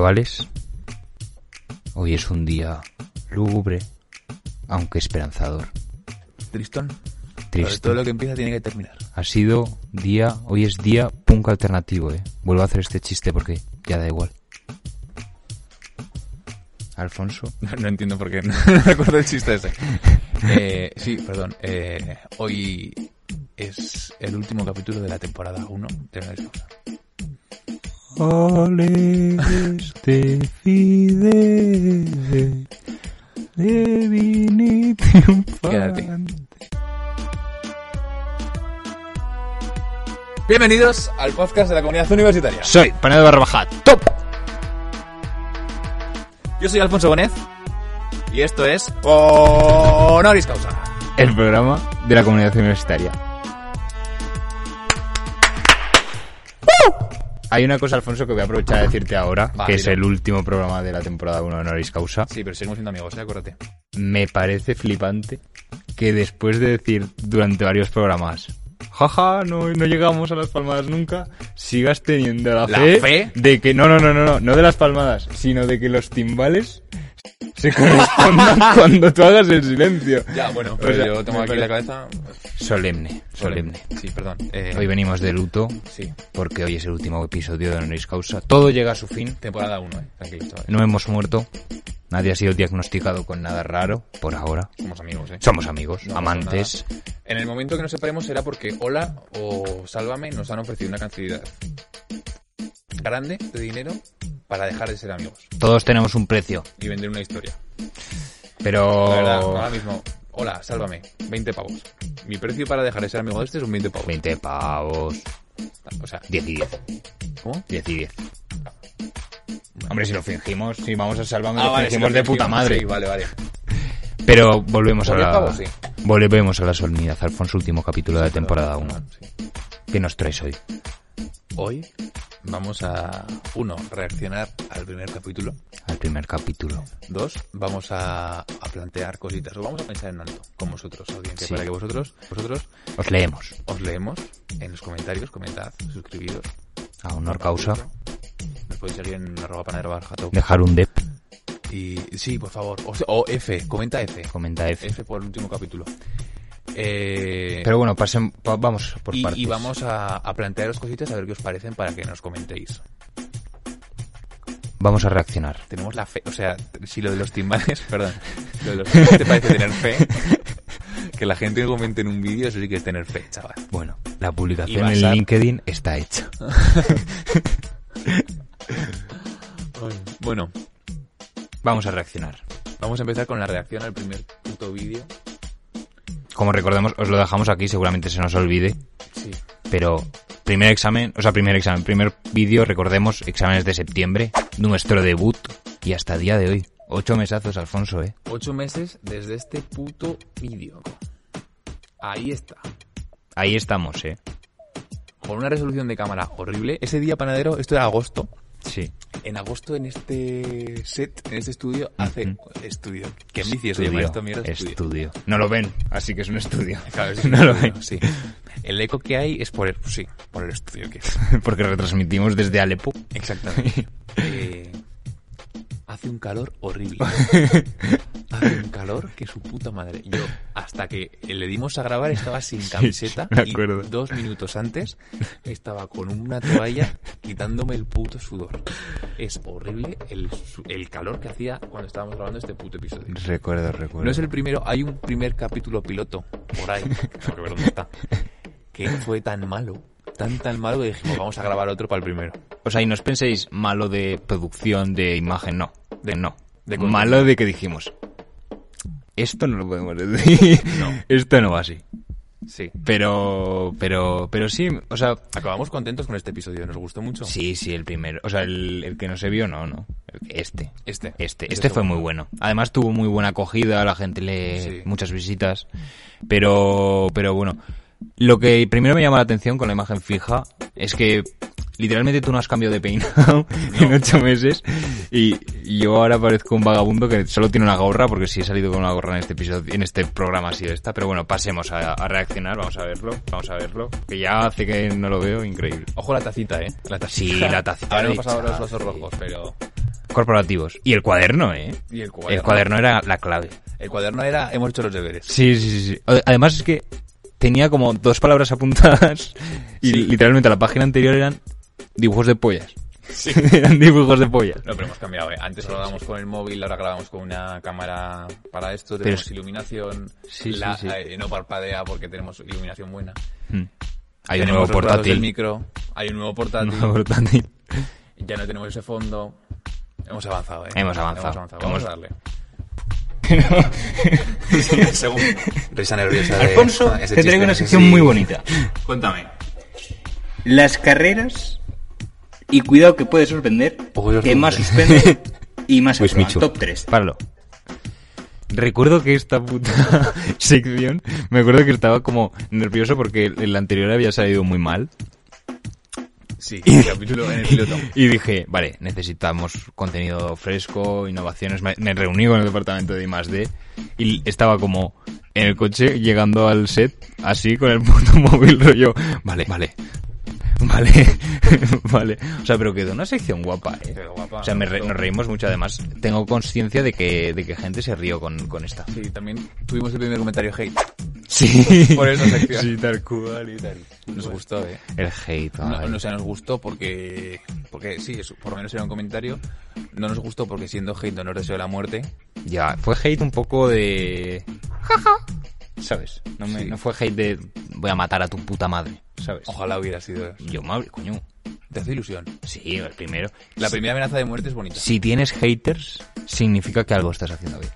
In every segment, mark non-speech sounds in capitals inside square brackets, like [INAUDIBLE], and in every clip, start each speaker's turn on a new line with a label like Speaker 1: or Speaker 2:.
Speaker 1: chavales, hoy es un día lúgubre, aunque esperanzador.
Speaker 2: Tristón.
Speaker 1: Triste.
Speaker 2: Pero todo lo que empieza tiene que terminar.
Speaker 1: Ha sido día, hoy es día punk alternativo, eh. Vuelvo a hacer este chiste porque ya da igual. Alfonso,
Speaker 2: [LAUGHS] No, no entiendo por qué. [LAUGHS] No, no recuerdo el chiste ese. Eh, sí, perdón. Eh, hoy es el último capítulo de la temporada 1 de la Desnuda.
Speaker 1: Ales te fide de vini
Speaker 2: Quédate. Bienvenidos al podcast de la comunidad universitaria.
Speaker 1: Soy panel de barra baja, top.
Speaker 2: Yo soy Alfonso Gómez y esto es Honoris Causa.
Speaker 1: El programa de la comunidad universitaria. Hay una cosa, Alfonso, que voy a aprovechar a decirte ahora,
Speaker 2: Va,
Speaker 1: que es
Speaker 2: dilo.
Speaker 1: el último programa de la temporada 1 de Honoris Causa.
Speaker 2: Sí, pero seguimos siendo amigos, ¿eh? acuérdate.
Speaker 1: Me parece flipante que después de decir durante varios programas, jaja, no, no llegamos a las palmadas nunca, sigas teniendo la,
Speaker 2: ¿La
Speaker 1: fe,
Speaker 2: fe?
Speaker 1: de que, no, no, no, no, no, no de las palmadas, sino de que los timbales se
Speaker 2: [LAUGHS]
Speaker 1: correspondan cuando tú hagas el silencio. [LAUGHS]
Speaker 2: Ya, bueno,
Speaker 1: O
Speaker 2: pero
Speaker 1: sea,
Speaker 2: yo tengo
Speaker 1: me
Speaker 2: aquí la
Speaker 1: parece-
Speaker 2: cabeza.
Speaker 1: Solemne, solemne.
Speaker 2: Sí, perdón. Eh,
Speaker 1: Hoy venimos de luto
Speaker 2: Sí,
Speaker 1: porque hoy es el último episodio de Honoris Causa. Todo llega a su fin.
Speaker 2: temporada 1, ¿eh? Tranquilo, chavales.
Speaker 1: No hemos muerto. Nadie ha sido diagnosticado con nada raro por ahora.
Speaker 2: Somos amigos, ¿eh?
Speaker 1: Somos amigos,
Speaker 2: No pasa
Speaker 1: amantes.
Speaker 2: nada. En el momento que nos separemos será porque Hola o Sálvame nos han ofrecido una cantidad grande de dinero para dejar de ser amigos
Speaker 1: Todos tenemos un precio,
Speaker 2: y vender una historia.
Speaker 1: pero
Speaker 2: La verdad, ahora mismo, Hola, Sálvame, 20 pavos. Mi precio para dejar de ser amigo de este son 20 pavos.
Speaker 1: 20 pavos,
Speaker 2: O sea,
Speaker 1: 10 y 10.
Speaker 2: ¿cómo?
Speaker 1: 10 y 10. Hombre, si lo fingimos, si vamos a salvarme,
Speaker 2: Ah,
Speaker 1: lo
Speaker 2: vale, sí,
Speaker 1: fingimos
Speaker 2: lo
Speaker 1: de puta
Speaker 2: fingimos.
Speaker 1: madre.
Speaker 2: Sí, vale, vale.
Speaker 1: Pero volvemos a
Speaker 2: Por
Speaker 1: la...
Speaker 2: 10 pavos, sí.
Speaker 1: Volvemos a la solemnidad, Alfonso, último capítulo de la temporada
Speaker 2: Perdón,
Speaker 1: 1.
Speaker 2: Ah, sí.
Speaker 1: ¿Qué nos traes hoy?
Speaker 2: Hoy vamos a, uno, reaccionar al primer capítulo.
Speaker 1: Al primer capítulo.
Speaker 2: Dos, vamos a, a plantear cositas o vamos a pensar en alto con vosotros, audiencia,
Speaker 1: Sí.
Speaker 2: para que vosotros, vosotros
Speaker 1: Os leemos.
Speaker 2: os leemos en los comentarios, comentad, suscribiros.
Speaker 1: A honor causa.
Speaker 2: Nos podéis seguir en arroba panadero barra jato.
Speaker 1: Dejar un dep.
Speaker 2: Y sí, por favor. O, sea, o F, comenta F.
Speaker 1: Comenta F.
Speaker 2: F por el último capítulo. Eh,
Speaker 1: Pero bueno, pasen, pa- vamos por
Speaker 2: y,
Speaker 1: partes.
Speaker 2: y vamos a, a plantearos cositas a ver qué os parecen para que nos comentéis.
Speaker 1: Vamos a reaccionar.
Speaker 2: Tenemos la fe, o sea, si lo de los timbales, [LAUGHS] perdón, lo de los timbales te parece tener fe, [LAUGHS] que la gente comente en un vídeo, eso sí que es tener fe, chaval.
Speaker 1: Bueno, la
Speaker 2: Y
Speaker 1: publicación en
Speaker 2: basar-
Speaker 1: LinkedIn está hecha.
Speaker 2: Bueno,
Speaker 1: Vamos a reaccionar.
Speaker 2: vamos a empezar con la reacción al primer puto vídeo.
Speaker 1: Como recordemos, os lo dejamos aquí, seguramente se nos olvide.
Speaker 2: Sí.
Speaker 1: Pero primer examen, o sea, primer examen, primer vídeo, recordemos, exámenes de septiembre, nuestro debut y hasta día de hoy. Ocho mesazos, Alfonso, ¿eh?
Speaker 2: Ocho meses desde este puto vídeo. Ahí está.
Speaker 1: Ahí estamos, ¿eh?
Speaker 2: Con una resolución de cámara horrible. Ese día, panadero, esto era agosto.
Speaker 1: Sí.
Speaker 2: En agosto, en este set, en este estudio, hace estudio. Qué ambicio se
Speaker 1: Estudio,
Speaker 2: llama esto, mierda, estudio.
Speaker 1: estudio. No lo ven, así que es un estudio. [LAUGHS]
Speaker 2: Claro, es
Speaker 1: no lo
Speaker 2: estudio,
Speaker 1: ven,
Speaker 2: sí. El eco que hay es por el, sí, por el estudio que es.
Speaker 1: porque retransmitimos desde Alepo.
Speaker 2: Exactamente. Eh, hace un calor
Speaker 1: [LAUGHS]
Speaker 2: horrible. hace un calor que su puta madre. Yo, hasta que le dimos a grabar,
Speaker 1: [LAUGHS]
Speaker 2: estaba sin camiseta.
Speaker 1: me acuerdo.
Speaker 2: Y dos minutos antes, estaba con una toalla quitándome el puto sudor. Es horrible el, su- el calor que hacía cuando estábamos grabando este puto episodio.
Speaker 1: Recuerdo, recuerdo.
Speaker 2: No es el primero, hay un primer capítulo piloto por ahí, tengo que ver dónde está, que fue tan malo, tan tan malo que dijimos, vamos a grabar otro para el primero.
Speaker 1: O sea, y no os penséis malo de producción, de imagen, no. De no.
Speaker 2: de contenido.
Speaker 1: malo de que dijimos. Esto no lo podemos decir.
Speaker 2: No.
Speaker 1: [LAUGHS] Esto no va así.
Speaker 2: Sí.
Speaker 1: Pero, pero, pero sí, o sea,
Speaker 2: Acabamos contentos con este episodio, nos gustó mucho.
Speaker 1: sí, sí, el primero. O sea, el, el que no se vio, no, no. Este.
Speaker 2: Este.
Speaker 1: Este,
Speaker 2: Este
Speaker 1: este fue
Speaker 2: segundo.
Speaker 1: muy bueno. Además tuvo muy buena acogida, la gente le
Speaker 2: Sí.
Speaker 1: muchas visitas, pero pero bueno, lo que primero me llama la atención con la imagen fija es que literalmente tú no has cambiado de peinado [LAUGHS] en ocho meses y yo ahora parezco un vagabundo que solo tiene una gorra porque sí he salido con una gorra en este episodio, en este programa ha sido esta, pero bueno, pasemos a, a reaccionar, vamos a verlo, vamos a verlo, que ya hace que no lo veo, increíble.
Speaker 2: Ojo la tacita, eh. La tacita.
Speaker 1: Sí, la tacita
Speaker 2: [LAUGHS] Ahora
Speaker 1: de
Speaker 2: hemos pasado los
Speaker 1: Xavi.
Speaker 2: vasos rojos, pero
Speaker 1: corporativos. Y el cuaderno, ¿eh?
Speaker 2: Y el cuaderno.
Speaker 1: El cuaderno era la clave.
Speaker 2: El cuaderno era hemos hecho los deberes.
Speaker 1: Sí, sí, sí, sí. O- Además es que tenía como dos palabras apuntadas y literalmente la página anterior eran dibujos de pollas. [LAUGHS] eran dibujos de pollas.
Speaker 2: No, pero hemos cambiado, ¿eh? Antes grabábamos con el móvil, ahora grabamos con una cámara para esto,
Speaker 1: Pero
Speaker 2: tenemos
Speaker 1: es-
Speaker 2: iluminación,
Speaker 1: Sí, sí,
Speaker 2: la-
Speaker 1: sí.
Speaker 2: eh, no parpadea porque tenemos iluminación buena.
Speaker 1: Mm. Hay un
Speaker 2: Tenemos
Speaker 1: nuevo
Speaker 2: los lados del
Speaker 1: portátil.
Speaker 2: micro, hay un nuevo
Speaker 1: Un
Speaker 2: portátil,
Speaker 1: [LAUGHS] nuevo portátil.
Speaker 2: ya no tenemos ese fondo. Hemos avanzado, ¿eh?
Speaker 1: Hemos avanzado. [LAUGHS]
Speaker 2: Vamos
Speaker 1: Hemos-
Speaker 2: a darle. Según. [LAUGHS] Risa nerviosa. de-
Speaker 1: Alfonso,
Speaker 2: ese
Speaker 1: te
Speaker 2: chiste,
Speaker 1: traigo una
Speaker 2: ese
Speaker 1: sección
Speaker 2: sí.
Speaker 1: muy bonita. [LAUGHS]
Speaker 2: Cuéntame.
Speaker 1: Las carreras y cuidado que puede sorprender,
Speaker 2: Puede
Speaker 3: que más
Speaker 1: sorprender. [LAUGHS]
Speaker 3: suspende y más
Speaker 2: Pues
Speaker 3: aprueba.
Speaker 2: Michu.
Speaker 3: Top 3.
Speaker 1: Páralo. Recuerdo que esta puta [LAUGHS] sección, me acuerdo que estaba como nervioso porque el anterior había salido muy mal.
Speaker 2: Sí, el capítulo en el
Speaker 1: [LAUGHS]
Speaker 2: piloto.
Speaker 1: Y dije, vale, necesitamos contenido fresco, innovaciones. Me, me reuní con el departamento de I+.D. y estaba como en el coche llegando al set, así con el [LAUGHS] puto móvil rollo. Vale, vale, vale, [LAUGHS] vale. O sea, pero quedó una sección guapa, ¿eh?
Speaker 2: Quedó guapa.
Speaker 1: o sea, me re- nos reímos mucho. Además, tengo conciencia de que, de que gente se rió con, con esta.
Speaker 2: Sí, también tuvimos el primer comentario hate.
Speaker 1: [LAUGHS] Sí.
Speaker 2: Por esa sección.
Speaker 1: Sí, tal cual.
Speaker 2: y tal. Nos gustó, eh.
Speaker 1: El hate.
Speaker 2: No,
Speaker 1: ay.
Speaker 2: no, o sea, nos gustó porque, porque sí, eso, por lo menos era un comentario. No nos gustó porque siendo hate no nos deseó la muerte.
Speaker 1: Ya, fue hate un poco de... Jaja. ¿Sabes? No, me-
Speaker 2: Sí.
Speaker 1: no fue hate de voy a matar a tu puta madre, ¿sabes?
Speaker 2: Ojalá hubiera sido.
Speaker 1: Yo me abrí, coño.
Speaker 2: Te hace ilusión.
Speaker 1: Sí, el primero.
Speaker 2: La
Speaker 1: Si-
Speaker 2: primera amenaza de muerte es bonita.
Speaker 1: Si tienes haters, significa que algo estás haciendo bien.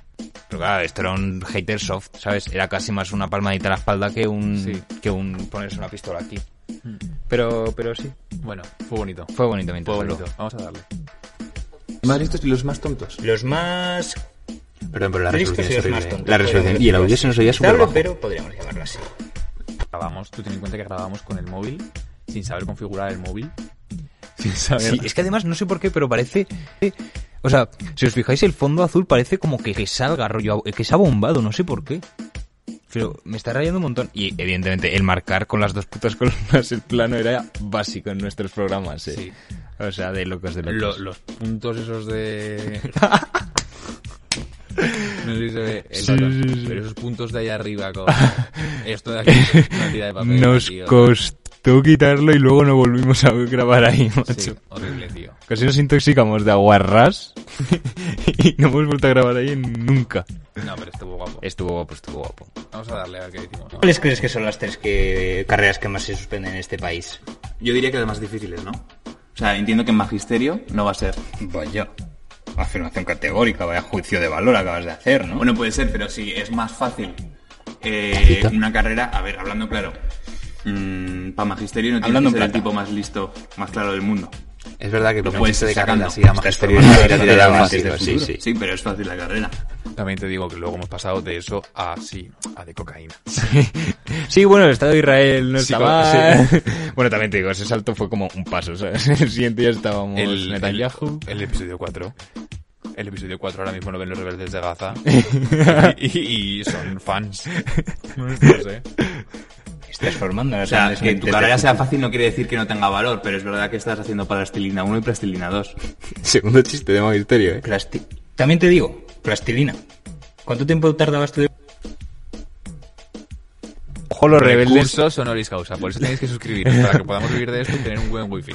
Speaker 1: Pero claro, esto era un hater soft, ¿sabes? Era casi más una palmadita a la espalda que un...
Speaker 2: Sí.
Speaker 1: Que un ponerse una pistola aquí.
Speaker 3: Hmm.
Speaker 1: Pero, pero sí.
Speaker 2: Bueno, fue bonito.
Speaker 1: Fue bonito mientras
Speaker 2: Fue
Speaker 1: duró.
Speaker 2: bonito. Vamos a darle. Más listos y los más tontos.
Speaker 3: Los más.
Speaker 2: Perdón, pero ¿eh? la
Speaker 3: tristes y los más tontos. Podríamos llamarlo así.
Speaker 2: super
Speaker 3: Lamentable, pero podríamos llamarlo así.
Speaker 2: Grabamos, tú ten en cuenta que grabamos con el móvil, sin saber configurar el móvil. Sin saber.
Speaker 1: Sí, eh, es que además no sé por qué, pero parece. O sea, si os fijáis, el fondo azul parece como que, que salga rollo. que se ha bombado, no sé por qué. Pero me está rayando un montón. Y evidentemente, el marcar con [LAUGHS] las dos putas columnas el plano era básico en nuestros programas, ¿eh?
Speaker 2: Sí.
Speaker 1: O sea, de locos de
Speaker 2: Lo-
Speaker 1: locos.
Speaker 2: los puntos esos de.
Speaker 1: [LAUGHS]
Speaker 2: No sé si se ve el
Speaker 1: Sí,
Speaker 2: otro,
Speaker 1: sí, sí.
Speaker 2: pero esos puntos de ahí
Speaker 1: [LAUGHS]
Speaker 2: arriba con esto de aquí, una tira de papel.
Speaker 1: Nos
Speaker 2: tío.
Speaker 1: costó quitarlo y luego no volvimos a grabar ahí, macho.
Speaker 2: Sí, horrible, tío.
Speaker 1: Casi nos intoxicamos de aguarrás [LAUGHS] y no hemos vuelto a grabar ahí nunca.
Speaker 2: No, pero estuvo guapo.
Speaker 1: Estuvo guapo, estuvo guapo.
Speaker 2: Vamos a darle a ver qué decimos.
Speaker 3: ¿Cuáles crees que son las tres que- carreras que más se suspenden en este país?
Speaker 4: Yo diría que las más difíciles, ¿no? O sea, entiendo que en magisterio no va a ser.
Speaker 3: Voy Pues yo. Afirmación categórica, vaya juicio de valor acabas de hacer, ¿no?
Speaker 4: Bueno, puede ser, pero si es más fácil eh, una carrera, a ver, hablando claro, para magisterio no tienes
Speaker 3: Hablando
Speaker 4: que
Speaker 3: en
Speaker 4: ser el
Speaker 3: plata.
Speaker 4: tipo más listo, más claro del mundo.
Speaker 2: Es verdad que
Speaker 4: Lo puedes ir sacando.
Speaker 3: Estás formando
Speaker 2: era
Speaker 3: la
Speaker 2: tirar
Speaker 3: base
Speaker 2: fácil,
Speaker 3: del
Speaker 2: sí,
Speaker 3: futuro.
Speaker 2: sí.
Speaker 4: Sí, pero es fácil la carrera.
Speaker 2: También te digo que luego hemos pasado de eso a sí, a de cocaína.
Speaker 1: Sí, bueno, el Estado de Israel no
Speaker 2: Sí,
Speaker 1: estaba.
Speaker 2: claro,
Speaker 1: [LAUGHS] Bueno, también te digo, ese salto fue como un paso, ¿sabes? [LAUGHS] El siguiente ya estábamos
Speaker 2: El,
Speaker 1: Netanyahu.
Speaker 2: el- el episodio 4. El episodio 4 ahora mismo lo ven los rebeldes de
Speaker 3: [LAUGHS]
Speaker 2: Gaza. y, y- y son fans. No sé.
Speaker 3: Estás formando las
Speaker 4: O sea,
Speaker 3: grandes
Speaker 4: que tu
Speaker 3: mentes
Speaker 4: carrera
Speaker 3: del
Speaker 4: sea fácil no quiere decir que no tenga valor, pero es verdad que estás haciendo plastilina 1 y plastilina 2.
Speaker 1: Segundo chiste de magisterio, ¿eh?
Speaker 3: Plasti- También te digo, plastilina. ¿Cuánto tiempo tardabas tú? de-
Speaker 1: Ojo, los rebeldes.
Speaker 2: Recursos honoris causa. Por eso tenéis que suscribiros para que podamos vivir de esto y tener un buen wifi.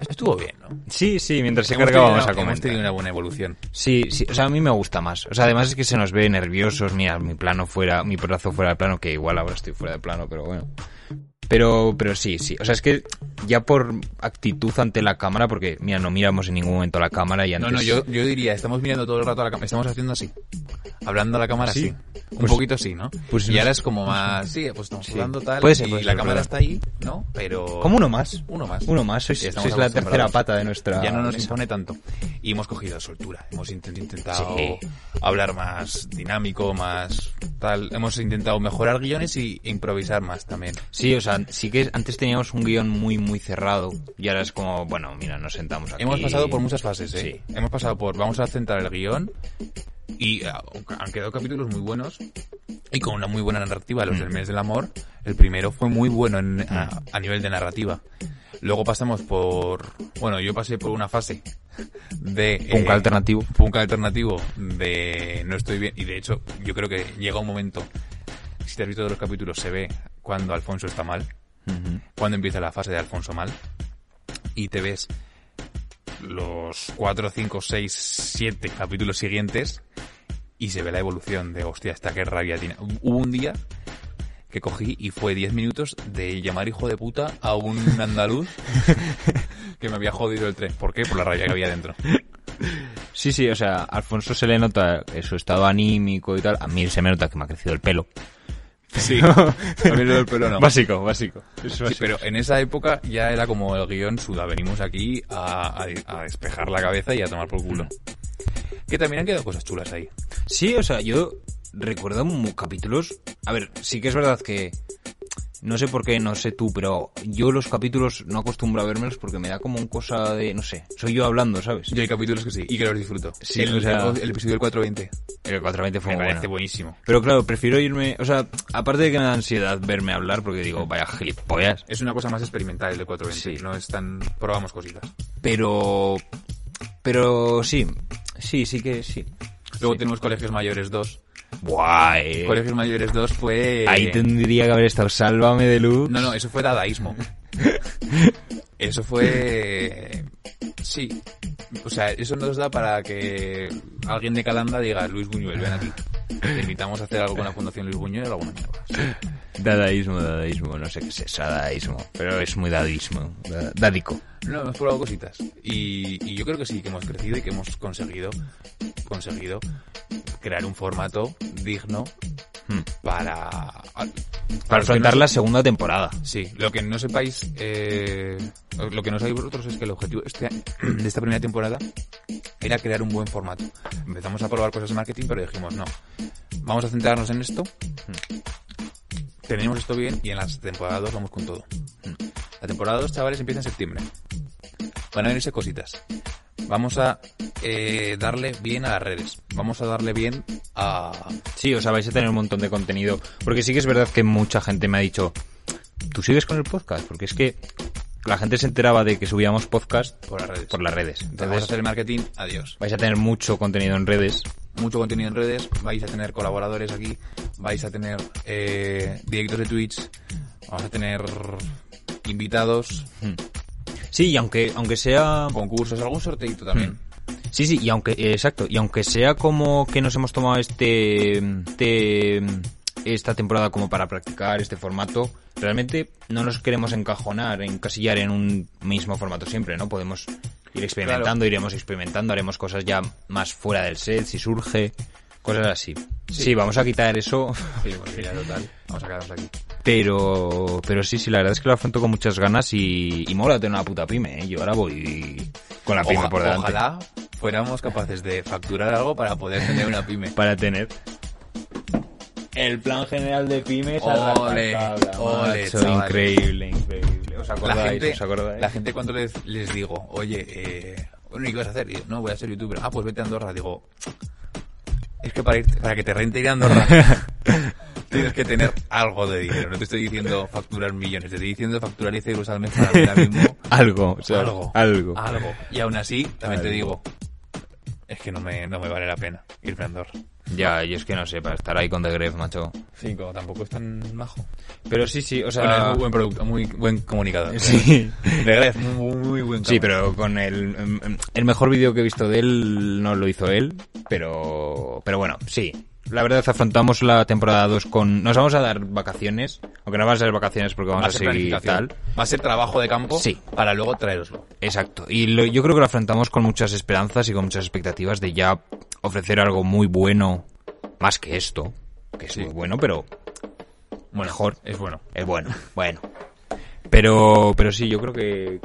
Speaker 2: Estuvo bien, ¿no?
Speaker 1: Sí, sí, mientras se
Speaker 2: Hemos
Speaker 1: cargaba
Speaker 2: tenido-
Speaker 1: vamos a
Speaker 2: Hemos tenido
Speaker 1: comentar.
Speaker 2: una buena evolución.
Speaker 1: Sí, sí, o sea, a mí me gusta más. O sea, además es que se nos ve nerviosos. Mira, mi plano fuera, mi brazo fuera de plano, que igual ahora estoy fuera de plano, pero bueno. Pero, pero sí, sí. O sea, es que ya por actitud ante la cámara, porque, mira, no miramos en ningún momento la cámara y
Speaker 2: No,
Speaker 1: antes...
Speaker 2: no, yo, yo diría, estamos mirando todo el rato a la cámara, estamos haciendo así. Hablando a la cámara
Speaker 1: Sí.
Speaker 2: así. Un
Speaker 1: Pues-
Speaker 2: poquito así, ¿no?
Speaker 1: pues
Speaker 2: y
Speaker 1: no
Speaker 2: ahora
Speaker 1: sé.
Speaker 2: es como más, sí, pues estamos
Speaker 1: Sí.
Speaker 2: hablando tal,
Speaker 1: Puede ser,
Speaker 2: y
Speaker 1: puede
Speaker 2: la
Speaker 1: ser,
Speaker 2: cámara
Speaker 1: verdad.
Speaker 2: está ahí, ¿no? Pero...
Speaker 1: Como uno más?
Speaker 2: Uno más.
Speaker 1: Uno más, sois,
Speaker 2: Ya estamos
Speaker 1: sois la
Speaker 2: acostumbrados.
Speaker 1: tercera pata de nuestra...
Speaker 2: Ya no nos
Speaker 1: mesa.
Speaker 2: impone tanto. Y hemos cogido soltura. Hemos intent- intentado
Speaker 1: Sí.
Speaker 2: hablar más dinámico, más tal. Hemos intentado mejorar guiones y improvisar más también.
Speaker 1: Sí, o sea, sí que antes teníamos un guión muy, muy cerrado. Y ahora es como, bueno, mira, nos sentamos aquí.
Speaker 2: Hemos pasado por muchas fases, ¿eh? Hemos pasado por vamos a centrar el guión y ah, han quedado capítulos muy buenos y con una muy
Speaker 1: Mm.
Speaker 2: buena narrativa. Los del mes del amor, el primero fue muy bueno en- a, a nivel de narrativa. Luego pasamos por. Bueno, yo pasé por una fase de. eh,
Speaker 1: Punk alternativo.
Speaker 2: Punk alternativo de no estoy bien. Y de hecho, yo creo que llega un momento. Si te has visto todos los capítulos, se ve cuando Alfonso está mal. Cuando empieza la fase de Alfonso mal. Y te ves los 4, 5, 6, 7 capítulos siguientes. Y se ve la evolución de, hostia, hasta qué rabia tiene. Hubo un día que cogí y fue 10 minutos de llamar hijo de puta a un andaluz que me había jodido el tren. ¿Por qué? Por la rabia que había dentro.
Speaker 1: Sí, sí, o sea, a Alfonso se le nota su estado anímico y tal. A mí se me nota que me ha crecido el
Speaker 2: [LAUGHS]
Speaker 1: pelo.
Speaker 2: Sí, a mí lo del pelo no.
Speaker 1: Básico, básico.
Speaker 2: Sí, pero en esa época ya era como el guión suda. Venimos aquí a, a- a despejar la cabeza y a tomar por culo. Que también han quedado cosas chulas ahí.
Speaker 1: Sí, o sea, yo recuerdo mu- capítulos. A ver, sí que es verdad que. No sé por qué, no sé tú, pero yo los capítulos no acostumbro a vermelos porque me da como un cosa de. No sé, soy yo hablando, ¿sabes?
Speaker 2: Yo hay capítulos que sí, y que los disfruto.
Speaker 1: Sí,
Speaker 2: el,
Speaker 1: o sea-
Speaker 2: el episodio del 420.
Speaker 1: El 420 fue
Speaker 2: Me
Speaker 1: muy
Speaker 2: parece
Speaker 1: bueno.
Speaker 2: buenísimo.
Speaker 1: Pero claro, prefiero irme. O sea, aparte de que me da ansiedad verme hablar porque digo, vaya gilipollas.
Speaker 2: Es una cosa más experimental el de 420.
Speaker 1: Sí.
Speaker 2: No es tan... Probamos cositas.
Speaker 1: Pero. Pero sí. Sí, sí que sí.
Speaker 2: Luego tenemos Colegios Mayores 2.
Speaker 1: Guay.
Speaker 2: Colegios Mayores 2 fue...
Speaker 1: eh, Ahí tendría que haber estado. Sálvame de luz.
Speaker 2: No, no, eso fue dadaísmo. Eso fue... Sí. O sea, eso nos da para que alguien de Calanda diga, Luis Buñuel, ven aquí. Te invitamos a hacer algo con la Fundación Luis Buñuel o alguna mierda.
Speaker 1: Dadaísmo, dadaísmo. No sé qué es eso, dadaísmo. Pero es muy dadismo. da- Dádico.
Speaker 2: No, hemos probado cositas. Y, y yo creo que sí, que hemos crecido y que hemos conseguido, conseguido crear un formato digno
Speaker 1: Hmm.
Speaker 2: para...
Speaker 1: Para
Speaker 2: los que no
Speaker 1: afrontar la segunda temporada.
Speaker 2: Sí, lo que no sepáis, eh, lo que no sabéis vosotros es que el objetivo este [CLEARS THROAT] año- de esta primera temporada era crear un buen formato. Empezamos a probar cosas de marketing, pero dijimos, no, vamos a centrarnos en esto, tenemos esto bien y en las temporadas dos vamos con todo. La temporada 2, chavales, empieza en septiembre. Van a venirse cositas. Vamos a eh, darle bien a las redes. Vamos a darle bien a...
Speaker 1: Sí, o sea, vais a tener un montón de contenido. Porque sí que es verdad que mucha gente me ha dicho, ¿tú sigues con el podcast? Porque es que la gente se enteraba de que subíamos podcast
Speaker 2: Por las redes.
Speaker 1: por las redes.
Speaker 2: Entonces, vamos a
Speaker 1: Entonces,
Speaker 2: hacer el marketing, adiós.
Speaker 1: vais a tener mucho contenido en redes.
Speaker 2: mucho contenido en redes, vais a tener colaboradores aquí, vais a tener eh, directos de Twitch, vamos a tener invitados,
Speaker 1: Sí, y aunque, aunque sea...
Speaker 2: concursos, algún sorteito
Speaker 1: Hmm.
Speaker 2: también.
Speaker 1: Sí, sí, y aunque, eh, exacto, y aunque sea como que nos hemos tomado este, este- esta temporada como para practicar este formato, realmente no nos queremos encajonar, encasillar en un mismo formato siempre, ¿no? Podemos ir experimentando, iremos experimentando, haremos cosas ya más fuera del set, si surge, cosas así. Sí, vamos a quitar eso, [LAUGHS]
Speaker 2: Sí, porque ya total, vamos a quedarnos aquí.
Speaker 1: pero, pero sí, sí, la verdad es que lo afronto con muchas ganas y, y mola tener una puta pyme, ¿eh? Yo ahora voy con la pyme
Speaker 2: Oja-
Speaker 1: por delante.
Speaker 2: Ojalá fuéramos capaces de facturar algo para poder tener una pyme.
Speaker 1: para tener. El plan general de pymes
Speaker 2: a Ole, rajatabla, ole, macho, chaval.
Speaker 1: increíble, increíble. ¿Os
Speaker 2: La
Speaker 1: acordáis?
Speaker 2: gente,
Speaker 1: ¿Os acordáis?
Speaker 2: la gente cuando les, les digo, oye, eh, bueno, ¿y qué vas a hacer? Y yo, no, voy a ser youtuber. Ah, pues vete a Andorra. Digo, es que para, ir- para que te rente ir
Speaker 1: [LAUGHS]
Speaker 2: a Andorra tienes que tener algo de dinero. No te estoy diciendo facturar millones, te estoy diciendo facturar 10 euros al mes para ti ahora mismo.
Speaker 1: Algo, o sea,
Speaker 2: algo,
Speaker 1: algo.
Speaker 2: algo. Y aún así, también te
Speaker 1: Algo.
Speaker 2: digo, es que no me, no me vale la pena irme a Andorra.
Speaker 1: Ya, yo es que no sé, para estar ahí con The Gref, macho.
Speaker 2: Cinco, tampoco es tan majo.
Speaker 1: Pero sí, sí, o
Speaker 2: Bueno, es
Speaker 1: sea.
Speaker 2: muy buen producto, muy buen
Speaker 1: [LAUGHS]
Speaker 2: comunicador.
Speaker 1: Sí.
Speaker 2: De Gref, muy, muy buen
Speaker 1: Sí,
Speaker 2: cabrón.
Speaker 1: pero con el, em, em, el mejor vídeo que he visto de él no lo hizo él, pero, pero bueno, sí. La verdad, afrontamos la temporada 2 con... Nos vamos a dar vacaciones, aunque no van a ser vacaciones porque vamos
Speaker 2: Va
Speaker 1: a
Speaker 2: ser
Speaker 1: seguir
Speaker 2: planificación.
Speaker 1: tal.
Speaker 2: Va a ser trabajo de campo
Speaker 1: Sí.
Speaker 2: para luego traeroslo.
Speaker 1: Exacto. Y lo- yo creo que lo afrontamos con muchas esperanzas y con muchas expectativas de ya ofrecer algo muy bueno, más que esto, que es
Speaker 2: Sí.
Speaker 1: muy bueno, pero mejor.
Speaker 2: Es bueno.
Speaker 1: Es bueno, bueno. Pero, pero sí, yo creo que,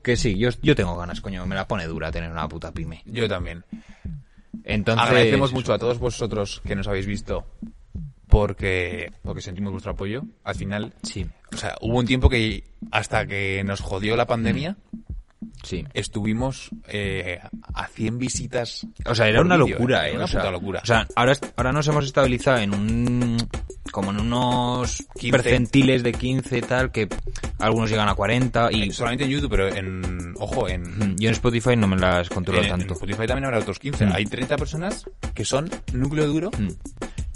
Speaker 1: que sí, yo, yo tengo ganas, coño, me la pone dura tener una puta pyme.
Speaker 2: Yo también.
Speaker 1: Entonces,
Speaker 2: Agradecemos mucho a todos vosotros que nos habéis visto porque, porque sentimos vuestro apoyo. Al final,
Speaker 1: Sí,
Speaker 2: o sea, hubo un tiempo que hasta que nos jodió la pandemia,
Speaker 1: Mm. sí.
Speaker 2: estuvimos eh, a 100 visitas.
Speaker 1: O sea, era
Speaker 2: por
Speaker 1: una
Speaker 2: vídeo,
Speaker 1: locura,
Speaker 2: Era
Speaker 1: eh.
Speaker 2: Una
Speaker 1: o sea,
Speaker 2: puta locura.
Speaker 1: O sea, ahora, ahora nos hemos estabilizado en un como en unos
Speaker 2: 15.
Speaker 1: percentiles de 15 tal, que algunos llegan a 40 y
Speaker 2: Solamente en YouTube, pero en. Ojo, en.
Speaker 1: Mm, yo en Spotify no me las controlo
Speaker 2: en- en
Speaker 1: tanto.
Speaker 2: Spotify también habrá otros 15.
Speaker 1: Mm.
Speaker 2: Hay 30 personas que son núcleo duro,
Speaker 1: Mm.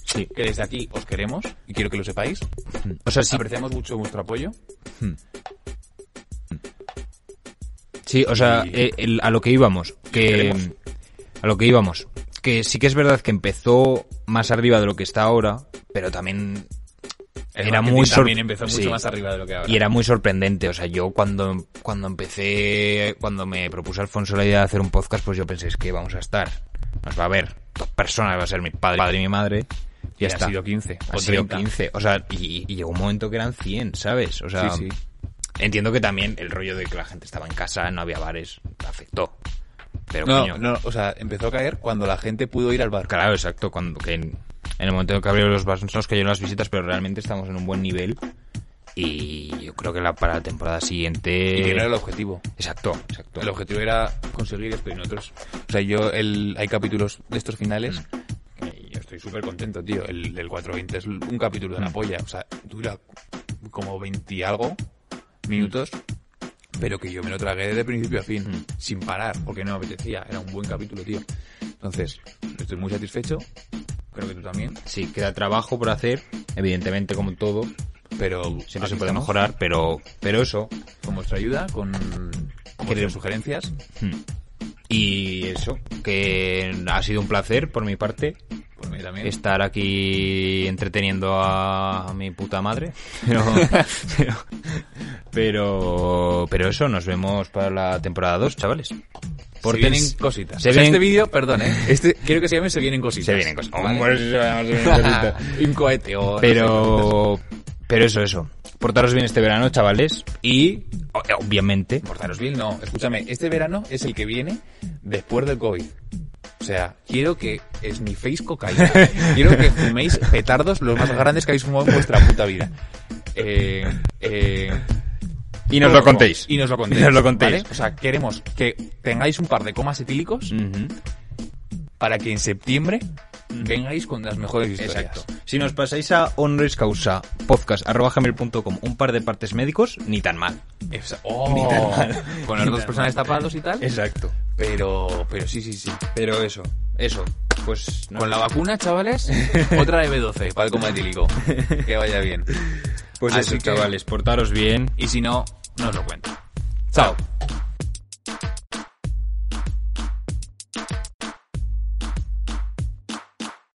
Speaker 1: Sí.
Speaker 2: que desde aquí os queremos y quiero que lo sepáis.
Speaker 1: Mm. O sea, sí,
Speaker 2: Apreciamos mucho vuestro apoyo.
Speaker 1: Sí, o sea,
Speaker 2: Y-
Speaker 1: eh, el- a lo que íbamos, que
Speaker 2: queremos.
Speaker 1: a lo que íbamos, que sí que es verdad que empezó más arriba de lo que está ahora, pero también
Speaker 2: El
Speaker 1: Era
Speaker 2: marketing
Speaker 1: muy sor-
Speaker 2: también empezó mucho
Speaker 1: sí.
Speaker 2: más arriba de lo que ahora.
Speaker 1: y era muy sorprendente, o sea, yo cuando cuando empecé, cuando me propuso Alfonso la idea de hacer un podcast, pues yo pensé es que vamos a estar, nos va a ver dos personas, va a ser mi padre, padre y mi madre.
Speaker 2: Y
Speaker 1: Ya
Speaker 2: ha
Speaker 1: está.
Speaker 2: sido 15
Speaker 1: Ha
Speaker 2: o
Speaker 1: sido
Speaker 2: 30.
Speaker 1: 15. O sea, y, y llegó un momento que eran 100, ¿sabes? O sea,
Speaker 2: Sí, sí.
Speaker 1: entiendo que también el rollo de que la gente estaba en casa, no había bares, afectó. Pero
Speaker 2: No,
Speaker 1: coño,
Speaker 2: no, o sea, empezó a caer cuando la gente pudo ir al bar.
Speaker 1: Claro, exacto, cuando que en, en el momento en que abrieron los bares nos cayeron las visitas, pero realmente estamos en un buen nivel y yo creo que la, para la temporada siguiente...
Speaker 2: Y que no era el objetivo.
Speaker 1: Exacto, exacto.
Speaker 2: El objetivo era conseguir esto y nosotros. O sea, yo, el, hay capítulos de estos finales.
Speaker 1: Mm.
Speaker 2: que Yo estoy súper contento, tío. El del 420 es un capítulo de
Speaker 1: Mm.
Speaker 2: la polla. O sea, dura como 20 y algo minutos.
Speaker 1: Mm.
Speaker 2: Pero que yo me lo tragué desde principio a fin, sin parar, porque no me apetecía. Era un buen capítulo, tío. Entonces, estoy muy satisfecho. Creo que tú también.
Speaker 1: Sí, queda trabajo por hacer, evidentemente como en todo,
Speaker 2: Pero
Speaker 1: siempre se puede
Speaker 2: aquí estamos,
Speaker 1: mejorar, pero, pero eso.
Speaker 2: Con vuestra ayuda, con vuestras sugerencias.
Speaker 1: Y eso, que ha sido un placer por mi parte
Speaker 2: Por mí también.
Speaker 1: estar aquí entreteniendo a, mi puta madre. [LAUGHS] Pero, pero, pero, pero eso, nos vemos para la temporada 2, chavales.
Speaker 2: Por
Speaker 1: Porque
Speaker 2: se vienen
Speaker 1: es-
Speaker 2: cositas.
Speaker 1: Se
Speaker 2: O sea,
Speaker 1: vienen,
Speaker 2: este vídeo,
Speaker 1: [LAUGHS]
Speaker 2: perdón, ¿eh? Este, quiero que se llame Se vienen cositas. [LAUGHS]
Speaker 1: se vienen cosas.
Speaker 2: Vale.
Speaker 1: Hombre, se vienen cositas.
Speaker 2: Un cohete o... no sé,
Speaker 1: pero, pero eso, eso. Portaros bien este verano, chavales. Y, o-
Speaker 2: eh,
Speaker 1: obviamente,
Speaker 2: portaros bien, no. Escúchame, este verano es el que viene después del COVID. O sea, quiero que snifféis cocaína.
Speaker 1: [LAUGHS]
Speaker 2: quiero que fuméis petardos los más grandes que habéis fumado en vuestra puta vida. Eh, eh,
Speaker 1: y nos lo contéis.
Speaker 2: Y nos lo
Speaker 1: [LAUGHS]
Speaker 2: contéis.
Speaker 1: Y nos lo contéis. Mm.
Speaker 2: ¿vale? O sea, queremos que tengáis un par de comas etílicos
Speaker 1: Ujú.
Speaker 2: para que en septiembre
Speaker 1: Mm.
Speaker 2: vengáis con las mejores historias.
Speaker 1: Exacto. Si nos pasáis a honoris causa podcast.com un par de partes médicos, ni tan mal.
Speaker 2: Esa- oh, con las dos personas tapados y tal.
Speaker 1: Exacto.
Speaker 2: Pero, pero sí, sí, sí.
Speaker 1: Pero eso, eso. Pues no.
Speaker 2: Con la vacuna, chavales, otra de B12 para el coma etílico. Que vaya bien.
Speaker 1: Pues
Speaker 2: Así
Speaker 1: eso,
Speaker 2: que-
Speaker 1: chavales, portaros bien.
Speaker 2: Y si no, no os lo cuento.
Speaker 1: Chao.